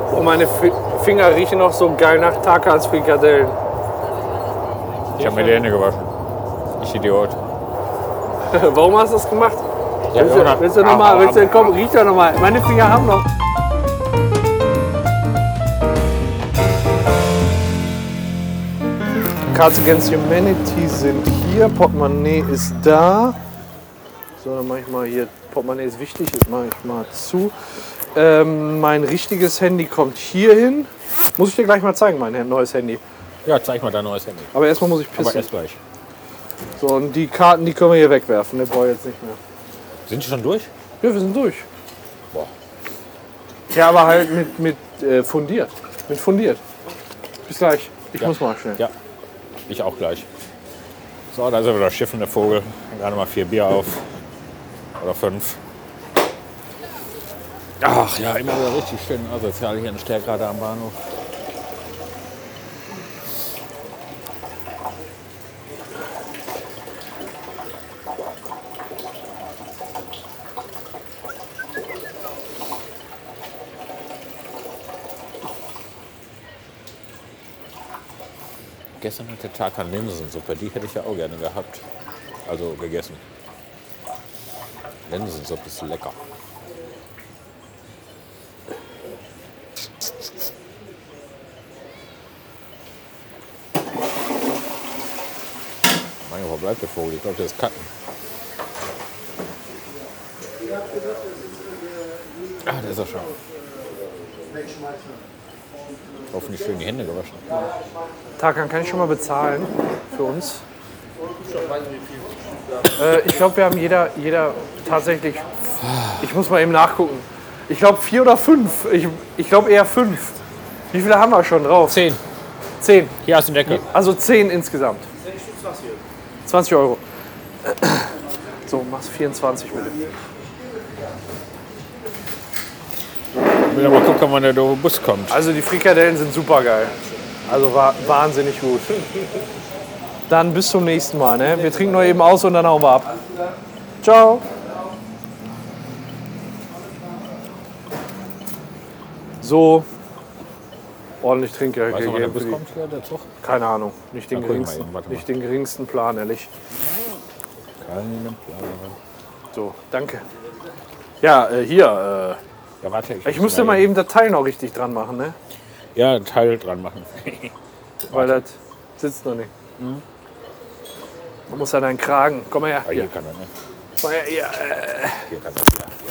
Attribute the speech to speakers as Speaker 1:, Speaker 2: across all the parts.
Speaker 1: Und meine Fi- Finger riechen noch so geil nach Takas Frikadellen.
Speaker 2: Ich habe mir die Hände gewaschen. Ich Idiot.
Speaker 1: Warum hast du das gemacht?
Speaker 2: Ich hab
Speaker 1: Willst
Speaker 2: immer noch-
Speaker 1: du, willst du nochmal, willst du, komm, riech doch nochmal. Meine Finger haben noch. Cards Against Humanity sind hier, Portemonnaie ist da. So, dann mache ich mal hier, Portemonnaie ist wichtig, das mache ich mal zu. Ähm, mein richtiges Handy kommt hier hin. Muss ich dir gleich mal zeigen, mein neues Handy.
Speaker 2: Ja, zeig mal dein neues Handy.
Speaker 1: Aber erstmal muss ich pissen.
Speaker 2: Aber erst gleich.
Speaker 1: So, und die Karten, die können wir hier wegwerfen. Die brauche ich jetzt nicht mehr.
Speaker 2: Sind die schon durch?
Speaker 1: Ja, wir sind durch.
Speaker 2: Boah.
Speaker 1: Ja, aber halt mit, mit äh, fundiert. Mit fundiert. Bis gleich. Ich
Speaker 2: Ja.
Speaker 1: muss mal schnell.
Speaker 2: Ja. Ich auch gleich. So, da ist er wieder schiffende Vogel. Gerade mal vier Bier auf. Oder fünf. Ach ja, immer wieder richtig schön asozial hier in Stärkrade am Bahnhof. Gestern hatte Tag an Linsensuppe, die hätte ich ja auch gerne gehabt. Also gegessen. Linsensuppe ist lecker. Mein Gott, wo bleibt der Vogel? Ich glaube, der ist kacken. Ah, da ist er schon. Hoffentlich schön die Hände gewaschen.
Speaker 1: Tarkan, kann ich schon mal bezahlen für uns? Äh, ich glaube, wir haben jeder, jeder tatsächlich. Ich muss mal eben nachgucken. Ich glaube vier oder fünf. Ich, ich glaube eher fünf. Wie viele haben wir schon drauf?
Speaker 2: Zehn.
Speaker 1: Zehn.
Speaker 2: Hier hast du Deckel.
Speaker 1: Also 10 insgesamt. 20 Euro. So, mach's 24 bitte.
Speaker 2: Ich will aber gucken, wann der doofe Bus kommt.
Speaker 1: Also die Frikadellen sind super geil. Also war wahnsinnig gut. Dann bis zum nächsten Mal. Ne? Wir trinken noch eben aus und dann hauen wir ab. Ciao. So. Ordentlich Trinkgeld
Speaker 2: Weißt du, wann der
Speaker 1: gegeben. für
Speaker 2: Bus
Speaker 1: die-
Speaker 2: kommt hier, der Zug?
Speaker 1: Keine Ahnung. Nicht den,
Speaker 2: Dann gucken wir
Speaker 1: geringsten,
Speaker 2: eben, warte mal.
Speaker 1: nicht den geringsten Plan, ehrlich.
Speaker 2: Keine Plan.
Speaker 1: So, danke. Ja, äh, hier.
Speaker 2: Ja, warte, ich,
Speaker 1: Äh, ich musste mal eben das Teil noch richtig dran machen, ne?
Speaker 2: Ja, einen Teil dran machen. Ah,
Speaker 1: Weil das sitzt noch nicht. Man muss an deinen Kragen. Komm mal her.
Speaker 2: Ah,
Speaker 1: Hier.
Speaker 2: hier kann er, ne?
Speaker 1: Komm mal her. Hier. Äh,
Speaker 2: Hier kann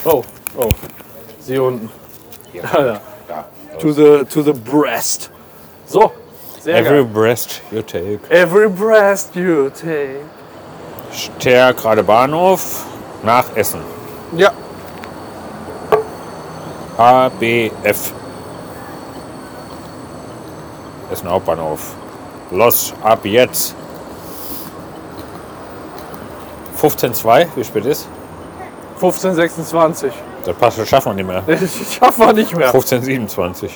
Speaker 2: er.
Speaker 1: Oh, oh. Sie unten. Ah,
Speaker 2: Hier.
Speaker 1: Alter.
Speaker 2: Da.
Speaker 1: To the, to the breast. So. Sehr
Speaker 2: Every
Speaker 1: geil.
Speaker 2: breast you take.
Speaker 1: Every breast you take.
Speaker 2: Stär gerade Bahnhof nach Essen.
Speaker 1: Ja.
Speaker 2: ABF. Essen Hauptbahnhof. Los, ab jetzt. 15.2, wie spät ist?
Speaker 1: 1526.
Speaker 2: Das passt, das schaffen wir nicht mehr.
Speaker 1: Das schaffen wir nicht mehr.
Speaker 2: 15.27.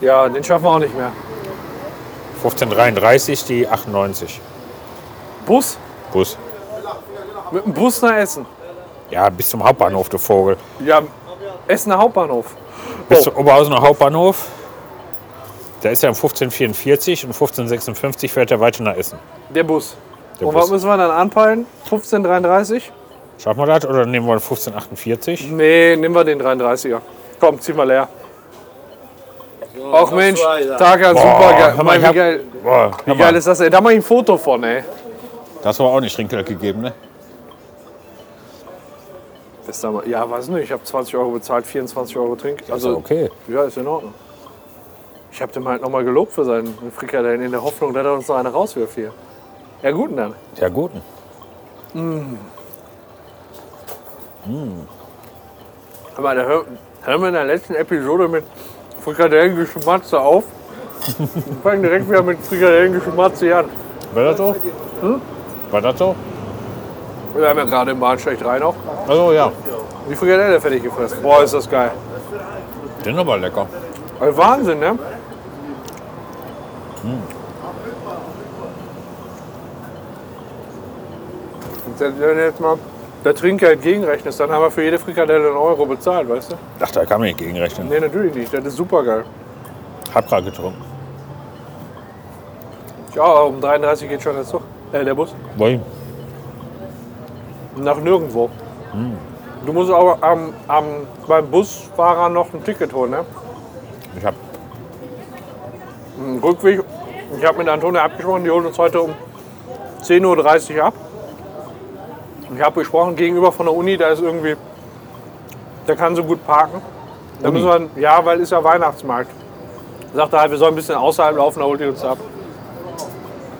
Speaker 1: Ja, den schaffen wir auch nicht mehr.
Speaker 2: 15.33, die 98.
Speaker 1: Bus?
Speaker 2: Bus.
Speaker 1: Mit dem Bus nach Essen.
Speaker 2: Ja, bis zum Hauptbahnhof, du Vogel.
Speaker 1: Ja, Essener Hauptbahnhof.
Speaker 2: Bis
Speaker 1: Oh.
Speaker 2: zum Oberhausener Hauptbahnhof. Da ist er um 15.44 und 15.56 fährt er weiter nach Essen.
Speaker 1: Der Bus.
Speaker 2: Der
Speaker 1: Und
Speaker 2: Bus.
Speaker 1: was müssen wir dann anpeilen? 1533?
Speaker 2: Schaffen wir das oder nehmen wir 15.48?
Speaker 1: Nee, nehmen wir den 33er. Komm, zieh mal leer. Ach Mensch, Tarkan, super geil.
Speaker 2: hör mal, ich
Speaker 1: wie
Speaker 2: hab-
Speaker 1: geil,
Speaker 2: Boah, hör
Speaker 1: wie geil
Speaker 2: mal.
Speaker 1: ist das? Ey, da mach ich ein Foto von, ey.
Speaker 2: Das war auch nicht Trinkgeld gegeben, ne?
Speaker 1: Das ist aber- Ja, weiß nicht, ich habe 20 Euro bezahlt, 24 Euro Trinkgeld.
Speaker 2: Also
Speaker 1: Also,
Speaker 2: okay.
Speaker 1: ja, ist in Ordnung. Ich habe dem halt nochmal gelobt für seinen Frikadellen in der Hoffnung, dass er uns noch eine rauswirft hier. Ja, guten dann.
Speaker 2: Ja, guten.
Speaker 1: Aber da hör- hören wir in der letzten Episode mit Frikadellengeschmatze auf. Wir fangen direkt wieder mit Frikadellengeschmatze an.
Speaker 2: War das so? Hm? War das so?
Speaker 1: Wir haben ja gerade im Bahnsteig rein auch
Speaker 2: Also ja.
Speaker 1: die Frikadelle fertig gefressen. Boah, ist das geil.
Speaker 2: Den aber lecker.
Speaker 1: Ey, Wahnsinn, ne? Hm. Und dann werden wir jetzt mal Da Trinkgeld gegenrechnest, dann haben wir für jede Frikadelle einen Euro bezahlt, weißt du?
Speaker 2: Ach, da kann man nicht gegenrechnen.
Speaker 1: Nee, natürlich nicht. Das ist super geil.
Speaker 2: Hab gerade getrunken.
Speaker 1: Ja, um 33 geht schon der Zug. Äh, der Bus.
Speaker 2: Wohin?
Speaker 1: Nach nirgendwo. Du musst auch am, am, beim Busfahrer noch ein Ticket holen, ne?
Speaker 2: Ich hab.
Speaker 1: Ein Rückweg. Ich habe mit Antonia abgesprochen, die holen uns heute um 10.30 Uhr ab. Ich habe besprochen, gegenüber von der Uni, da ist irgendwie. Da kann so gut parken. Da
Speaker 2: Uni?
Speaker 1: müssen wir, ja, weil ist ja Weihnachtsmarkt. Sagt er halt, wir sollen ein bisschen außerhalb laufen, da holt ihr uns ab.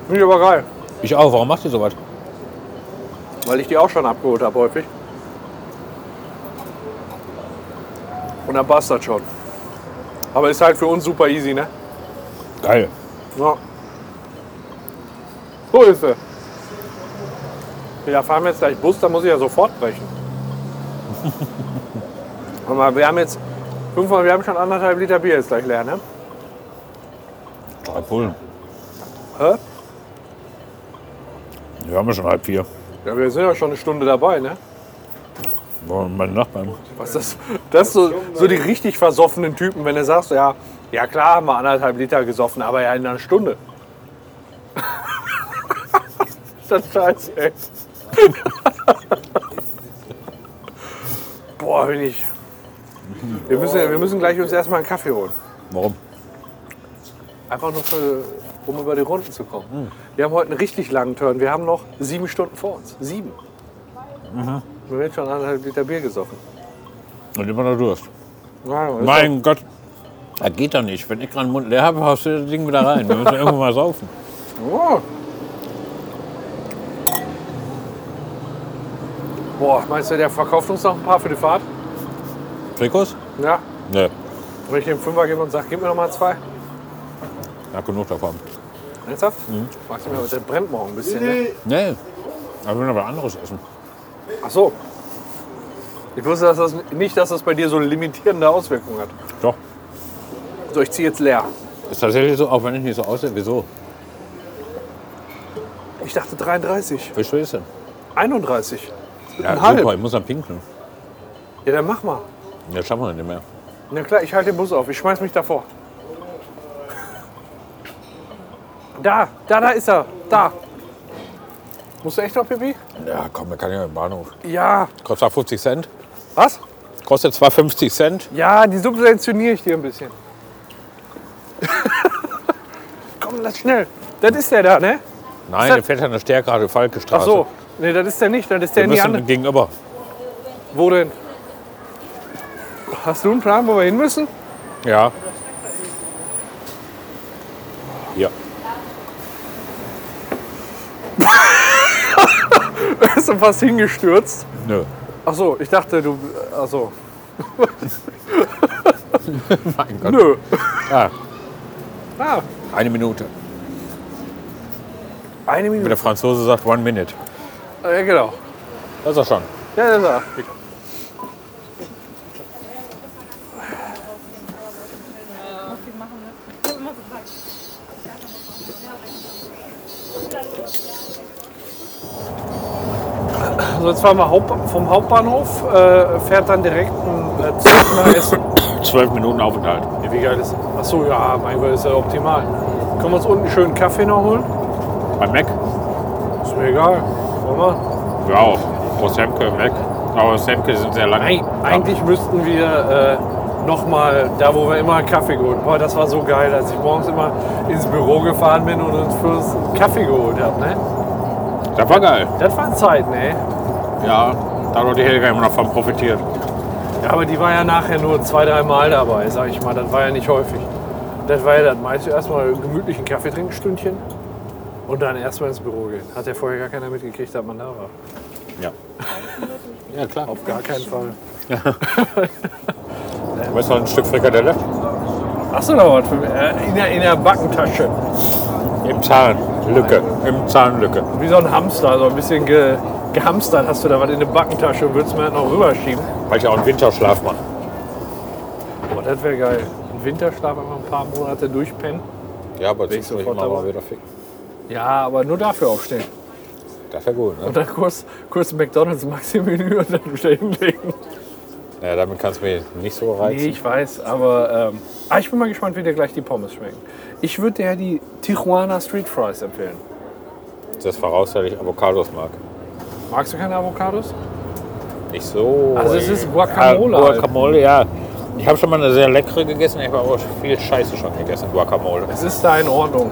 Speaker 1: Finde ich aber geil.
Speaker 2: Ich auch, warum macht ihr sowas?
Speaker 1: Weil ich die auch schon abgeholt habe häufig. Und dann passt das schon. Aber ist halt für uns super easy, ne?
Speaker 2: Geil.
Speaker 1: Ja. So ist sie. Ja, fahren wir jetzt gleich Bus, dann muss ich ja sofort brechen. Guck mal, wir haben jetzt fünfmal, wir haben schon anderthalb Liter Bier jetzt gleich leer, ne?
Speaker 2: Drei Pullen.
Speaker 1: Hä?
Speaker 2: Die haben wir schon halb vier.
Speaker 1: Ja, wir sind ja schon eine Stunde dabei, ne?
Speaker 2: Wollen meine Nachbarn.
Speaker 1: Was ist das? Das ist so, so die richtig versoffenen Typen, wenn du sagst, ja, ja klar haben wir anderthalb Liter gesoffen, aber ja in einer Stunde. das ist scheiße, ey. Boah, bin ich. Wir müssen, wir müssen gleich uns erstmal einen Kaffee holen.
Speaker 2: Warum?
Speaker 1: Einfach nur, für, um über die Runden zu kommen. Wir haben heute einen richtig langen Turn. Wir haben noch sieben Stunden vor uns. Sieben. Wir haben jetzt schon anderthalb Liter Bier gesoffen.
Speaker 2: Und immer noch Durst.
Speaker 1: Ja, ist
Speaker 2: Mein Gott. Das geht doch nicht. Wenn ich gerade den Mund leer habe, haust du das Ding wieder rein. Wir müssen irgendwann mal saufen.
Speaker 1: Oh. Boah, meinst du, der verkauft uns noch ein paar für die Fahrt?
Speaker 2: Trikots?
Speaker 1: Ja.
Speaker 2: Nee.
Speaker 1: Wenn ich dem Fünfer gebe und sage, gib mir noch mal zwei.
Speaker 2: Na, genug davon.
Speaker 1: Ernsthaft? Magst du mir, der brennt morgen ein bisschen. Ne?
Speaker 2: Mhm. Nee. Aber wir noch was anderes essen.
Speaker 1: Ach so. Ich wusste dass das nicht, dass das bei dir so limitierende Auswirkungen hat.
Speaker 2: Doch.
Speaker 1: So, ich ziehe jetzt leer.
Speaker 2: Ist tatsächlich so, auch wenn ich nicht so aussehe. Wieso?
Speaker 1: Ich dachte 33.
Speaker 2: Wieso ist denn?
Speaker 1: 31.
Speaker 2: Ja,
Speaker 1: Ein halb.
Speaker 2: super. Ich muss dann pinkeln.
Speaker 1: Ja, dann mach mal.
Speaker 2: Ja, schaffen wir nicht mehr.
Speaker 1: Na klar, ich halte den Bus auf. Ich schmeiß mich davor. Da, da, da ist er. Da. Musst du echt noch Pipi?
Speaker 2: Ja, komm, wir können ja im Bahnhof.
Speaker 1: Ja.
Speaker 2: Kostet 50 Cent.
Speaker 1: Was?
Speaker 2: Kostet zwar 50 Cent.
Speaker 1: Ja, die subventioniere ich dir ein bisschen. Komm, lass schnell. Das ist der da, ne?
Speaker 2: Nein,
Speaker 1: das-
Speaker 2: der fährt an der Stärkrate Falke
Speaker 1: Ach
Speaker 2: Straße.
Speaker 1: so. Ne, das ist der nicht. Das ist der
Speaker 2: Wir
Speaker 1: in die
Speaker 2: müssen
Speaker 1: andere.
Speaker 2: gegenüber.
Speaker 1: Wo denn? Hast du einen Plan, wo wir hin müssen?
Speaker 2: Ja. Hier.
Speaker 1: Bist du fast hingestürzt?
Speaker 2: Nö.
Speaker 1: Ach so, ich dachte, du. äh, Ach so.
Speaker 2: Mein Gott.
Speaker 1: Nö.
Speaker 2: Ah,
Speaker 1: Ah,
Speaker 2: eine Minute.
Speaker 1: eine
Speaker 2: Wie
Speaker 1: Minute.
Speaker 2: der Franzose sagt, one minute.
Speaker 1: Ja, genau.
Speaker 2: Das ist er schon.
Speaker 1: Ja, das ist er. Also jetzt fahren wir Haupt vom Hauptbahnhof, äh, fährt dann direkt ein äh, Zug nach Essen.
Speaker 2: Zwölf Minuten Aufenthalt.
Speaker 1: Ja, wie geil ist das? Achso, ja, mein Gott, ist ja optimal. Können wir uns unten schön einen Kaffee noch holen?
Speaker 2: Bei Mac?
Speaker 1: Ist mir egal. Wollen wir?
Speaker 2: Ja, auch. Pro Semke, Mac. Aber Semke sind sehr lange.
Speaker 1: Ei- Eigentlich müssten wir äh, nochmal da, wo wir immer einen Kaffee geholt haben. Boah, das war so geil, als ich morgens immer ins Büro gefahren bin und uns für uns einen Kaffee geholt habe. Ne?
Speaker 2: Das war geil.
Speaker 1: Das waren Zeiten, ey.
Speaker 2: Ja, da hat die Helga immer noch von profitiert.
Speaker 1: Ja, aber die war ja nachher nur zwei, drei Mal dabei, sag ich mal. Das war ja nicht häufig. Das war ja das meiste. Erstmal gemütlich einen Kaffee trinken, ein Stündchen. Und dann erstmal ins Büro gehen. Hat ja vorher gar keiner mitgekriegt, dass man da war.
Speaker 2: Ja. Ja, klar.
Speaker 1: Auf gar keinen Fall.
Speaker 2: Weißt du noch ein Stück Frikadelle?
Speaker 1: Hast du noch was für mich? Äh, In der, in der Backentasche.
Speaker 2: Im Zahnlücke. Im Zahnlücke.
Speaker 1: Wie so ein Hamster, so ein bisschen ge, gehamstert hast du da was in der Backentasche und würdest mir das noch rüberschieben.
Speaker 2: Weil ich auch einen Winterschlaf mache.
Speaker 1: Boah, das wäre geil. Ein Winterschlaf, einfach ein paar Monate durchpennen.
Speaker 2: Ja, aber
Speaker 1: sofort dabei.
Speaker 2: wieder ficken.
Speaker 1: Ja, aber nur dafür aufstehen.
Speaker 2: Das wäre gut, ne?
Speaker 1: Und dann kurz, kurz McDonalds Maxi-Menü und dann wieder hinlegen.
Speaker 2: Ja, damit kannst du mich nicht so
Speaker 1: Nee,
Speaker 2: reizen.
Speaker 1: ich weiß, aber ähm, ah, ich bin mal gespannt, wie dir gleich die Pommes schmecken. Ich würde dir ja die Tijuana Street Fries empfehlen.
Speaker 2: Das voraus, dass ich Avocados mag.
Speaker 1: Magst du keine Avocados?
Speaker 2: Nicht so.
Speaker 1: Also es ist Guacamole
Speaker 2: Ja,
Speaker 1: halt.
Speaker 2: Guacamole, ja. Ich habe schon mal eine sehr leckere gegessen, ich habe aber auch viel Scheiße schon gegessen. Guacamole.
Speaker 1: Es ist da in Ordnung.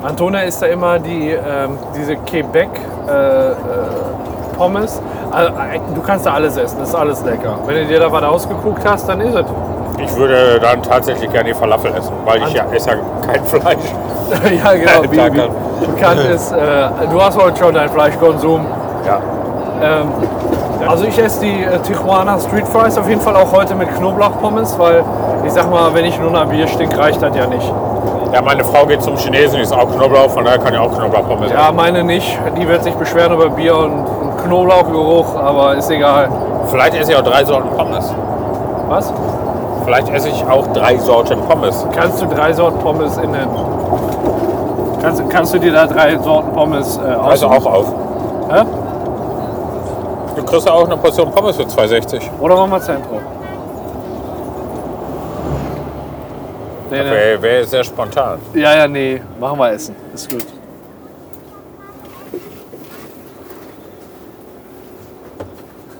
Speaker 1: Antonia ist da immer die, ähm, diese Quebec-Pommes. Äh, Pommes. also, äh, du kannst da alles essen, das ist alles lecker. Wenn du dir da was ausgeguckt hast, dann ist es.
Speaker 2: Ich würde dann tatsächlich gerne die Falafel essen, weil ich ja esse ja kein Fleisch.
Speaker 1: ja, genau, wie,
Speaker 2: Tag,
Speaker 1: wie
Speaker 2: Tag.
Speaker 1: bekannt ist. Äh, du hast heute schon deinen Fleischkonsum.
Speaker 2: Ja.
Speaker 1: Ähm, also ich esse die äh, Tijuana Street Fries auf jeden Fall auch heute mit Knoblauchpommes, weil ich sag mal, wenn ich nur nach Bier stink, reicht das ja nicht.
Speaker 2: ja, meine Frau geht zum Chinesen, die ist auch Knoblauch, von daher kann ich auch Knoblauchpommes
Speaker 1: Ja, meine nicht. Die wird sich beschweren über Bier und einen Knoblauchgeruch, aber ist egal.
Speaker 2: essen. Vielleicht esse ich auch drei Sorten Pommes.
Speaker 1: Was?
Speaker 2: Vielleicht esse ich auch drei Sorten Pommes.
Speaker 1: Kannst du drei Sorten Pommes in den... Kannst, kannst du dir da drei Sorten Pommes äh,
Speaker 2: Also
Speaker 1: aussuchen?
Speaker 2: auch auf.
Speaker 1: Hä?
Speaker 2: Du kriegst ja auch eine Portion Pommes für 2,60.
Speaker 1: Oder machen wir Zentrum? Nee, nee.
Speaker 2: Wäre wär sehr spontan.
Speaker 1: Ja, ja, nee. Machen wir Essen. Ist gut.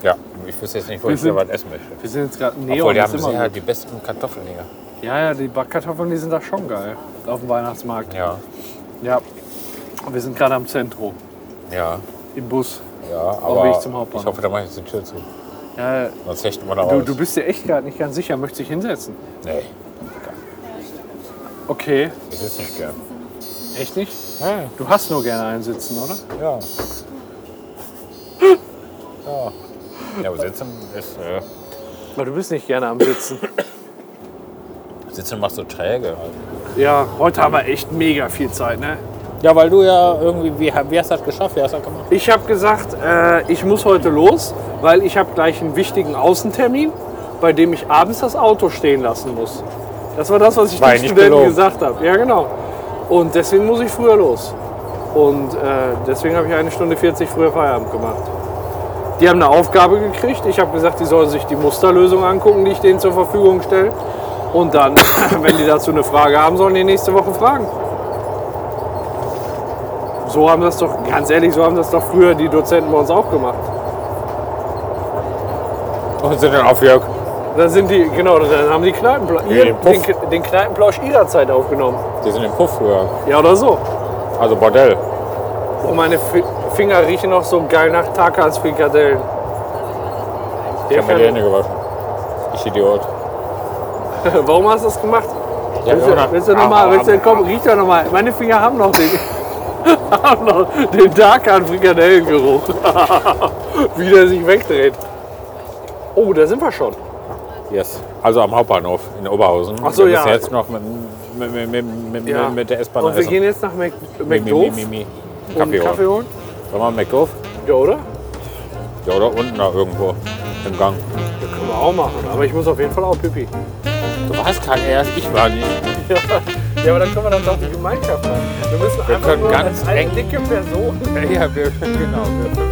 Speaker 2: Ja, ich wüsste jetzt nicht, wo
Speaker 1: Wir
Speaker 2: ich so
Speaker 1: sind-
Speaker 2: was essen möchte.
Speaker 1: Wir sind jetzt gerade... Nee,
Speaker 2: Obwohl, die
Speaker 1: das
Speaker 2: haben halt-
Speaker 1: ist immer
Speaker 2: sehr
Speaker 1: gut.
Speaker 2: die besten Kartoffeln hier.
Speaker 1: Ja, ja, die Backkartoffeln, die sind da schon geil. Auf dem Weihnachtsmarkt.
Speaker 2: Ja,
Speaker 1: Ja. Und wir sind gerade am Zentrum.
Speaker 2: ja,
Speaker 1: Im Bus.
Speaker 2: ja. Aber
Speaker 1: Weg zum Hauptbahnhof.
Speaker 2: ich hoffe, da mache ich jetzt die Tür zu.
Speaker 1: Ja,
Speaker 2: Sonst hechten wir da
Speaker 1: du,
Speaker 2: raus.
Speaker 1: du bist dir echt gerade nicht ganz sicher. Möchtest dich hinsetzen?
Speaker 2: nee,
Speaker 1: Okay.
Speaker 2: das ist nicht gern.
Speaker 1: Echt nicht? Du hast nur gerne einen sitzen, oder?
Speaker 2: Ja. ja. Ja, aber sitzen ist. Äh,
Speaker 1: Aber du bist nicht gerne am Sitzen.
Speaker 2: sitzen macht so träge. Halt.
Speaker 1: ja, heute haben wir echt mega viel Zeit, ne?
Speaker 2: Ja, weil du ja irgendwie. Wie, wie hast du das geschafft? Wie hast du das gemacht?
Speaker 1: Ich habe gesagt, äh, ich muss heute los, weil ich habe gleich einen wichtigen Außentermin, bei dem ich abends das Auto stehen lassen muss. Das war das, was ich
Speaker 2: War ja
Speaker 1: den
Speaker 2: nicht
Speaker 1: Studenten
Speaker 2: gelogen.
Speaker 1: gesagt habe. Ja, genau. Und deswegen muss ich früher los. Und äh, deswegen habe ich eine Stunde 40 früher Feierabend gemacht. Die haben eine Aufgabe gekriegt. Ich habe gesagt, die sollen sich die Musterlösung angucken, die ich denen zur Verfügung stelle. Und dann, wenn die dazu eine Frage haben, sollen die nächste Woche fragen. So haben das doch, ganz ehrlich, so haben das doch früher die Dozenten bei uns auch gemacht.
Speaker 2: Und Oh, sind dann auf Jörg.
Speaker 1: Dann sind die, genau, dann haben die Kneipenplausch, den,
Speaker 2: Ja, den Puff.
Speaker 1: den, den Kneipenplausch ihrer Zeit aufgenommen.
Speaker 2: Die sind im Puff früher.
Speaker 1: Ja, oder so.
Speaker 2: Also Bordell.
Speaker 1: Und meine Fi- Finger riechen noch so geil nach Takas Frikadellen.
Speaker 2: Ich
Speaker 1: Der
Speaker 2: hab mir die
Speaker 1: kann,
Speaker 2: Hände gewaschen. Ich Idiot.
Speaker 1: warum hast du das gemacht?
Speaker 2: Ja,
Speaker 1: Willst du, willst du
Speaker 2: Ah,
Speaker 1: nochmal, willst du, komm, riech doch nochmal. Meine Finger haben noch den, haben noch den Darkan Frikadellengeruch. Wie der sich wegdreht. Oh, da sind wir schon.
Speaker 2: Yes. Also am Hauptbahnhof in Oberhausen.
Speaker 1: Ach so,
Speaker 2: Wir müssen
Speaker 1: ja.
Speaker 2: jetzt noch mit, mit, mit, mit, mit,
Speaker 1: Ja.
Speaker 2: mit der S-Bahn
Speaker 1: Und wir
Speaker 2: essen.
Speaker 1: gehen jetzt nach Mac
Speaker 2: Mi, mi, mi,
Speaker 1: McDoof
Speaker 2: mi, mi.
Speaker 1: und einen
Speaker 2: Kaffee
Speaker 1: Kaffee
Speaker 2: holen.
Speaker 1: holen.
Speaker 2: Sollen wir einen McDoof?
Speaker 1: Ja, oder?
Speaker 2: Ja, oder unten da irgendwo im Gang.
Speaker 1: Ja, können wir auch machen, aber ich muss auf jeden Fall auch Pipi.
Speaker 2: Du warst gerade erst, ich war nicht.
Speaker 1: Ja, aber dann können wir dann doch die Gemeinschaft machen. Wir müssen
Speaker 2: Wir
Speaker 1: einfach
Speaker 2: können
Speaker 1: nur
Speaker 2: ganz
Speaker 1: als eine
Speaker 2: eng-
Speaker 1: dicke Person.
Speaker 2: Ja, wir, genau. Wir